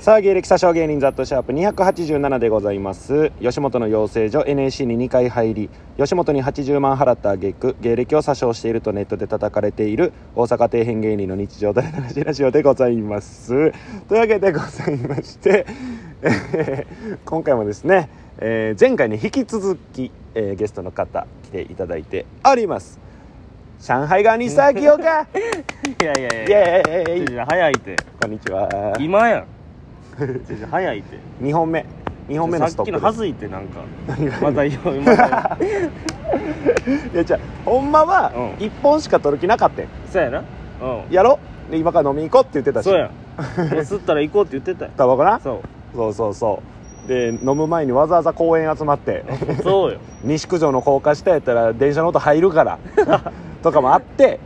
さあ芸歴詐称芸人ザットシャープ287でございます吉本の養成所 NAC に2回入り吉本に80万払った挙句芸歴を詐称しているとネットで叩かれている大阪底辺芸人の日常誰々しいラジオでございますというわけでございまして、 えー今回もですね、えー前回に引き続き、えーゲストの方来ていただいております上海ガニサキオカいやいやイいやエいーやイ早いってこんにちは今 やんちょちょ早いって2本目2本目のスさトっップできのすはずいってなんかまたよまた いやじゃあほんまはうん1本しか取る気なかったんそうやなうやろで今から飲みに行こうって言ってたんしそうやんもう吸ったら行こうって言ってたよタバコなそそうそうそうで飲む前にわざわざ公園集ま ってうそうよ西九条の高架下やったら電車の音入るから とかもあって、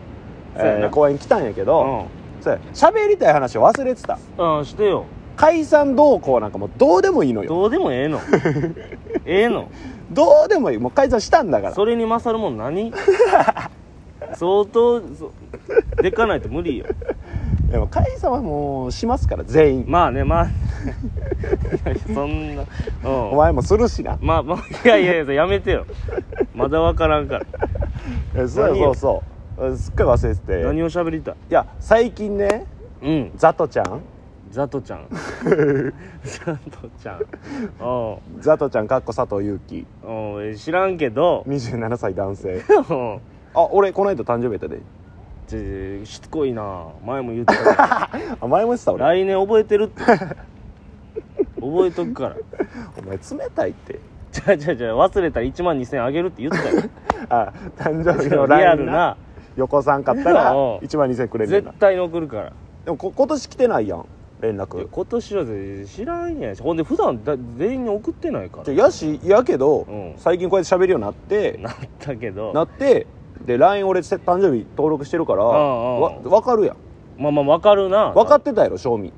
そうやなえー公園来たんやけどうそうや喋りたい話を忘れてたんうんしてよ解散どうこうなんかもうどうでもいいのよどうでも ええのええのどうでもいいもう解散したんだからそれに勝るもん何相当そでかないと無理よでも解散はもうしますから全員まあねまあ いやいやそんなうんお前もするしなまあまあいやいやいややめてよまだわからんからえそうそうそううんすっかり忘れてて何を喋りたいいや最近ねうんザトちゃんザトちゃん ザトちゃんおザトちゃんかっこ佐藤悠希うおう知らんけど 27歳男性おうあ俺この間誕生日やったでちょしつこいな前も言ったかあ前も言って たら俺来年覚えてるって覚えとくからお前冷たいってじゃあじゃあじゃあ忘れたら1万2000あげるって言った よあ誕生日のリア LINE ルなな横さん買ったらおう1万2000くれるよ絶な対に送るからでもこ今年来てないやん連いや絡今年はぜ知らんやんほんで普段だ全員に送ってないからじゃやしやけど、うん最近こうやって喋るようになってなったけどなってで LINE 俺せ誕生日登録してるからうんわ分かるやんまあまあ分かるな分かってたやろ正味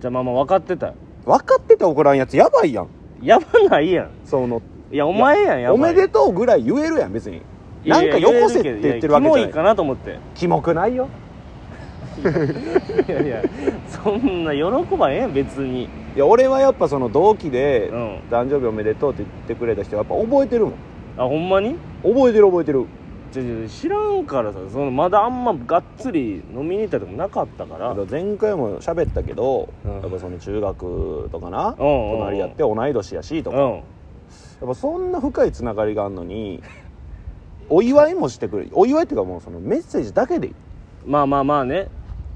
じゃあまあまあ分かってたよ分かってて怒らんやつやばいやんやばないやんそのいやお前やんやばおいめでとうぐらい言えるやん別にいやなんかよこせっいやて言ってるわけじいやゃキモいないかなと思ってキモくないよいやいやそんな喜ばへんやん別にいや俺はやっぱその同期でうん「誕生日おめでとう」って言ってくれた人はやっぱ覚えてるもんあほんまに覚えてる覚えてるちょちょ知らんからさそのまだあんまがっつり飲みに行ったとこなかったからあとう前回も喋ったけど、うんやっぱその中学とかな、うんうんうん隣やって同い年やしとか、やんっぱそんな深いつながりがあるのにお祝いもしてくれるお祝いっていうかもうそのメッセージだけでいいまあまあまあね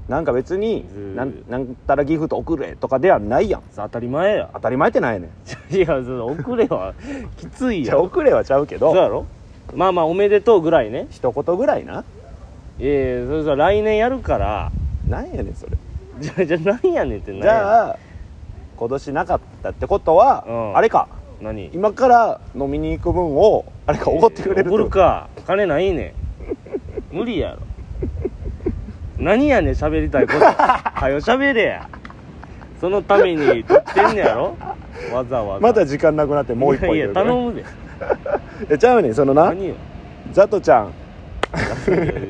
なんか別にうんなんなんたらギフト送れとかではないやん当たり前や当たり前ってないやねんいやその遅れはきついじやゃあん遅れはちゃうけそうどやろまあまあおめでとうぐらいね一言ぐらいないやいやそれじゃ来年やるからなんやねんそれじゃあじゃあ何やねんって何じゃあ今年なかったってことは、うんあれか何今から飲みに行く分をあれかおごってくれるって怒ことるか金ないねん無理やろ何やねん喋りたいことはよ喋れやそのために撮ってんねやろわざわざまだ時間なくなってもう一本いやいや頼むでえちゃうねんそのな何よザトちゃん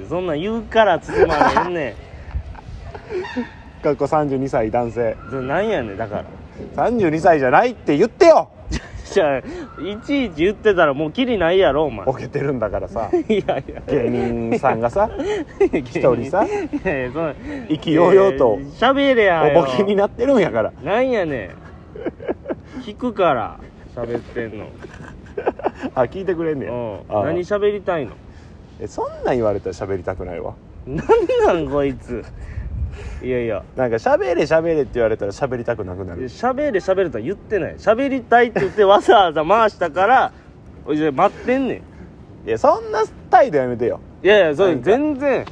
そんなん言うから包まれんねかっこ32歳男性んそれ何やねんだから32歳じゃないって言ってよじゃあいちいち言ってたらもうキリないやろお前ボケてるんだから さいやいや芸人さんがさ一人さいやいやその意気揚々といやいや喋れやおよボケになってるんやからなんやねん聞くから喋ってんのあ聞いてくれんねやうあん何喋りたいのえそんなん言われたら喋りたくないわなんなんこいついやいやなんか喋れ喋れって言われたら喋りたくなくなる喋れ喋れとは言ってない喋りたいって言ってわざわざ回したからおいじゃあ待ってんねんいやそんな態度やめてよいやいやそれなんか全然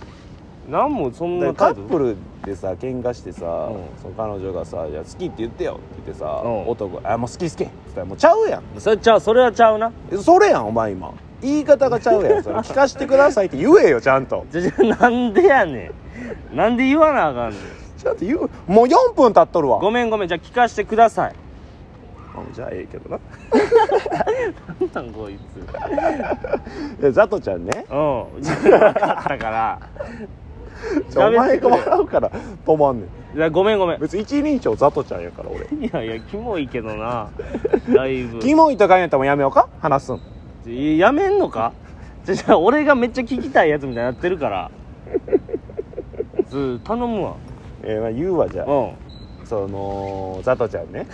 何もそんだなから態カ度ップルでさ喧嘩してさ、うんその彼女がさ「じゃあ好きって言ってよ」って言ってさ、うん男が「あもう好き好き」って言ったら「もうちゃうやんそれちゃうそれはちゃうな」えそれやんお前今言い方がちゃう やんそれ聞かせてくださいって言えよちゃんとじゃじゃなんでやねんなんで言わなあかんねんちゃんと言うもう4分経っとるわごめんごめんじゃあ聞かせてくださいあじゃあええけどななんなんこいつでザトちゃん ねうん分かったからちょお前が笑うから止まんねんいやごめんごめん別に一人称ザトちゃんやから俺いやいやキモいけ どなだいぶキモいとかんやったらもうやめようか話すんいややめんのかじゃじゃ俺がめっちゃ聞きたいやつみたいになってるからず頼むわえーまあ言うわじゃあうんそのザトちゃん ね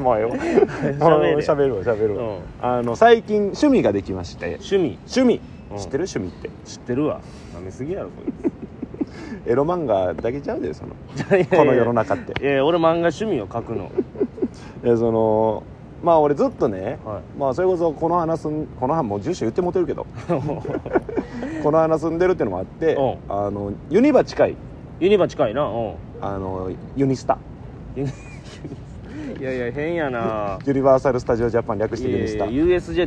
もうよれしゃべるわしゃべるわ、うんあの最近趣味ができまして趣味趣味、うん知ってる趣味って知ってるわ舐めすぎやろこいエロ漫画だけちゃうでそのついやいやい やこの世の中っていやいや俺漫画趣味を書くのでそのまあ俺ずっとね、はいまあそれこそこの話すんこの話もう住所言ってもうてる けどこの話住んでるっていうのもあってうんあのユニバ近いユニバ近いなうんあのユニスタいやいや変やなユニバーサル・スタジオ・ジャパン略しいてやユいニスタや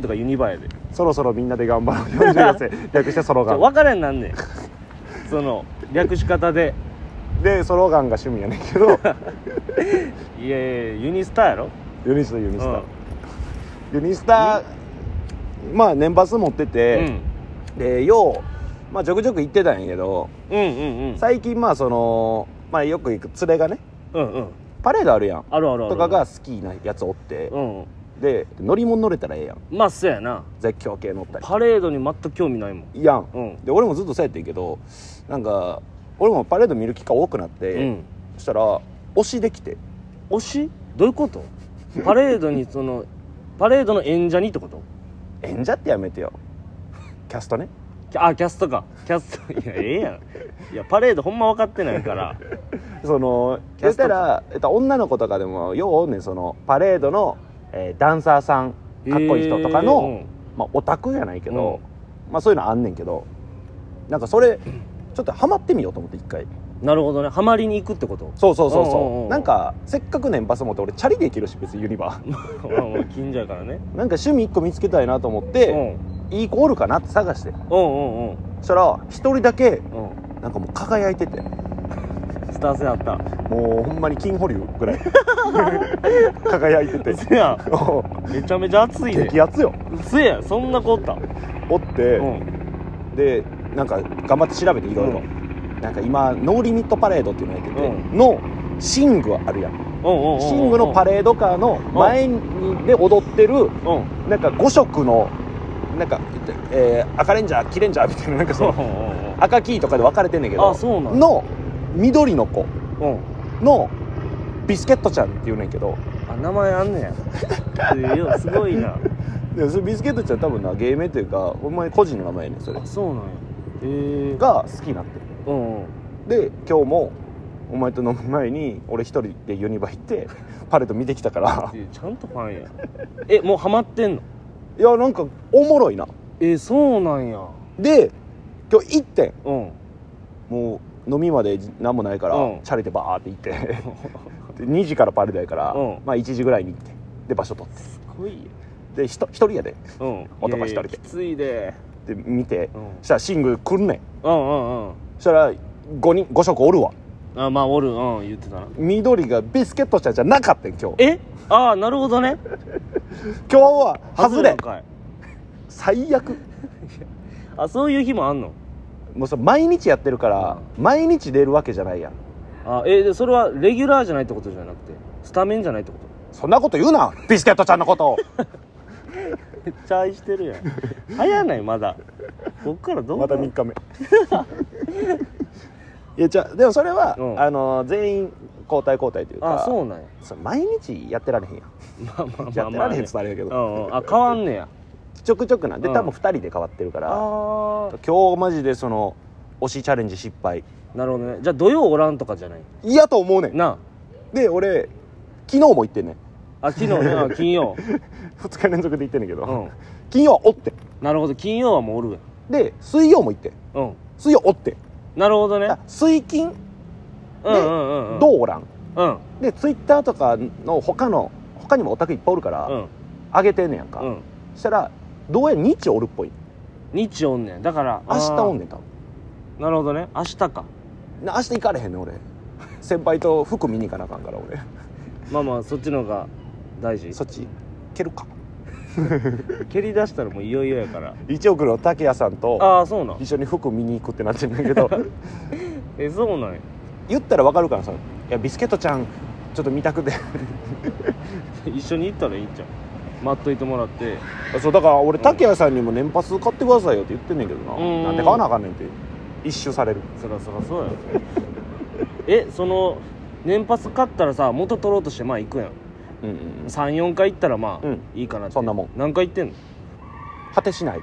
USJ とかユニバやでそろそろみんなで頑張ろう44世略してソロじゃガあン分からんなんねんその略し方ででソロガンが趣味やねんけ どいやいやユニスターやろユニスタユニスタ、うんユニスタまあ年パス持ってて、でよう、まあ、ちょくちょく行ってたんやけどうん、うんうんうん最近まあその、まあ、よく行く連れがねうんうんパレードあるやんあるあるあるとかが好きなやつおって、うんうんで乗り物乗れたらええやんまあそうやな絶叫系乗ったりパレードに全く興味ないもんいやん、うんで俺もずっとそうやってんけどなんか俺もパレード見る機会多くなって、うんそしたら推しできて推しどういうことパレードにその パレードの演者にってこと演者ってやめてよキャストねキャあキャストかキャストいやええやんいやパレードほんま分かってない からそのキ言ャっストたら、えっと、女の子とかでもようおんねんそのパレードの、えーダンサーさんかっこいい人とかの、まあ、オタクじゃないけど、まあ、そういうのあんねんけどなんかそれちょっとハマってみようと思って一回えーうんなるほどねハマりに行くってこと そうそうそうそう,、うんうんうんなんかせっかくねんバス持って俺チャリで行けるし別にユニバまあまあ近所やからねなんか趣味一個見つけたいなと思っうんて、いい子おるかなって探してうんうんそしたら一人だけうんうんなんかもう輝いててスター性あったもうほんまに金保留ぐらい 輝いててせやおうめちゃめちゃ熱いで激アツよせやそんな子おったおって、うんでなんか頑張って調べていろいろなんか今ノーリミットパレードっていうのやってて、うのシングあるやんうんうんうんうんシングのパレードカーの前にで踊ってるうんなんか5色のなんか、えー赤レンジャー黄レンジャーみたいななんかそそうの赤黄とかで分かれてんねんけどあそうなんの緑の子うんうんのビスケットちゃんっていうねんけどあ名前あんねやいやすご いなでそれビスケットちゃん多分な芸名というかほんまに個人の名前やねんそれあそうなんやへえが好きになってうんうんで今日もお前と飲む前に俺一人でユニバ行ってパレード見てきたから いやちゃんとファンやえもうハマってんのいやなんかおもろいなえそうなんやで今日1点 うんもう飲みまで何もないから、うんチャリでバーって行ってで2時からパレードやから、うんまあ1時ぐらいに行ってで場所取っすごいやてでひと一人やでうん男一人でいやいやきついでで見てうんしたらシング来んねんうんうんうんそしたら5人5色おるわあまあおるうん言ってたな緑がビスケットちゃんじゃなかったん今日えああなるほどね今日は外なれんかい最悪あそういう日もあんのもうそれ毎日やってるから毎日出るわけじゃないやんあえでそれはレギュラーじゃないってことじゃなくてスタメンじゃないってことそんなこと言うなビスケットちゃんの ことをめっちゃ愛してるや ん早ないまだこっからどうまた3日目いやじゃあでもそれは、うんあの全員交代交代というかあそうなんやそう毎日やってられへんやん、まあまあまやあってまらあ、れへんねっ、つったらあれやけうど、んうんあ変わんねやちょくちょくなんで、うん多分2人で変わってるからああ今日マジでその推しチャレンジ失敗なるほどねじゃあ土曜おらんとかじゃない嫌と思うねんなで俺昨日も行ってんねんあ あ昨日ねあ金曜2日連続で行ってんねんけど、うん金曜はおってんなるほど金曜はもうおるやで水曜も行ってんんうん水曜おってんなるほどねだから水金うんうんうんうんどうおらんうんでツイッターとかの他の他にもオタクいっぱいおるから、うん上げてんねやんか、うんしたらどうやら日おるっぽい日おんねんだから明日おんんねん多分なるほどね明日かな明日行かれへんねん俺先輩と服見に行かなあかんから俺まあまあそっちの方が大事そっち行けるか蹴り出したらもういよいよやから1億の竹谷さんとああそうな ん一緒に服見に行くってなってんだけどえそうなんや言ったらわかるからさ「いやビスケットちゃんちょっと見たくて 一緒に行ったらいいんちゃう待っといてもらって そうだから俺竹谷さんにも年パス買ってくださいよ」って言ってんねんけどなうんなんで買わなあかんねんって一周されるそらそらそう やろえその年パス買ったらさ元取ろうとしてまあ行くやんうんうんうん34回行ったらまあ、うんいいかなってそんなもん何回行ってん果てしない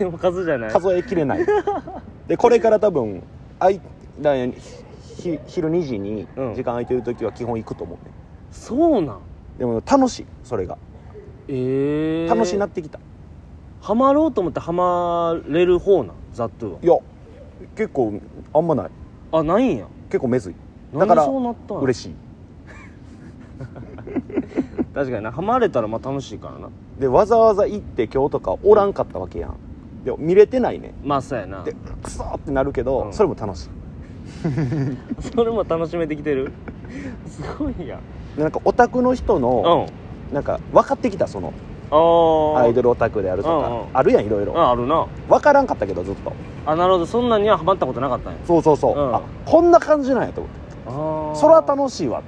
の 数じゃない数えきれないでこれから多分あいだひひ昼2時にうん時間空いてる時は基本行くと思うね、そうなんでも楽しいそれがええ楽しいなってきた、ハマろうと思ってハマれる方なんザットゥはいや結構あんまないあないんや結構めずいなだんかでらそうなったんや嬉しい確かになハマれたらまあ楽しいからなでわざわざ行って今日とかおらんかったわけやんで見れてないねまあそうやなでクソーってなるけど、うんそれも楽し それも楽しめてきてるすごいやんいでなんかオタクの人うんの、なんか分かってきたそのあーアイドルオタクであるとか、うんうんあるやんいろいろああるな分からんかったけどずっとあなるほどそんなんにはハマったことなかったんやそうそうそう、うんあこんな感じなんやと思ってあーそれは楽しいわ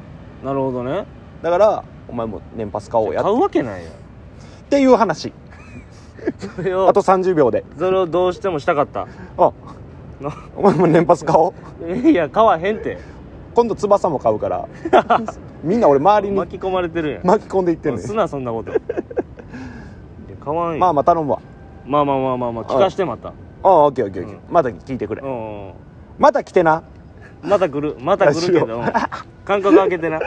なるほどねだからお前も年パス買おうや買っうわけないやんていう話それをあと30秒でそれをどうしてもしたかったあなお前も年パス買おういや買わへんって今度翼も買うから みんな俺周りに巻き込まれてるやん巻き込んでいってんねすんなそんなこと いや買わんよまあまあ頼むわまあまあまあまあまあ聞かしてまたああオッケーオッケーオッケー、また聞いてくれ、うんうんまた来てなまた来るまた来るけど間隔空けてな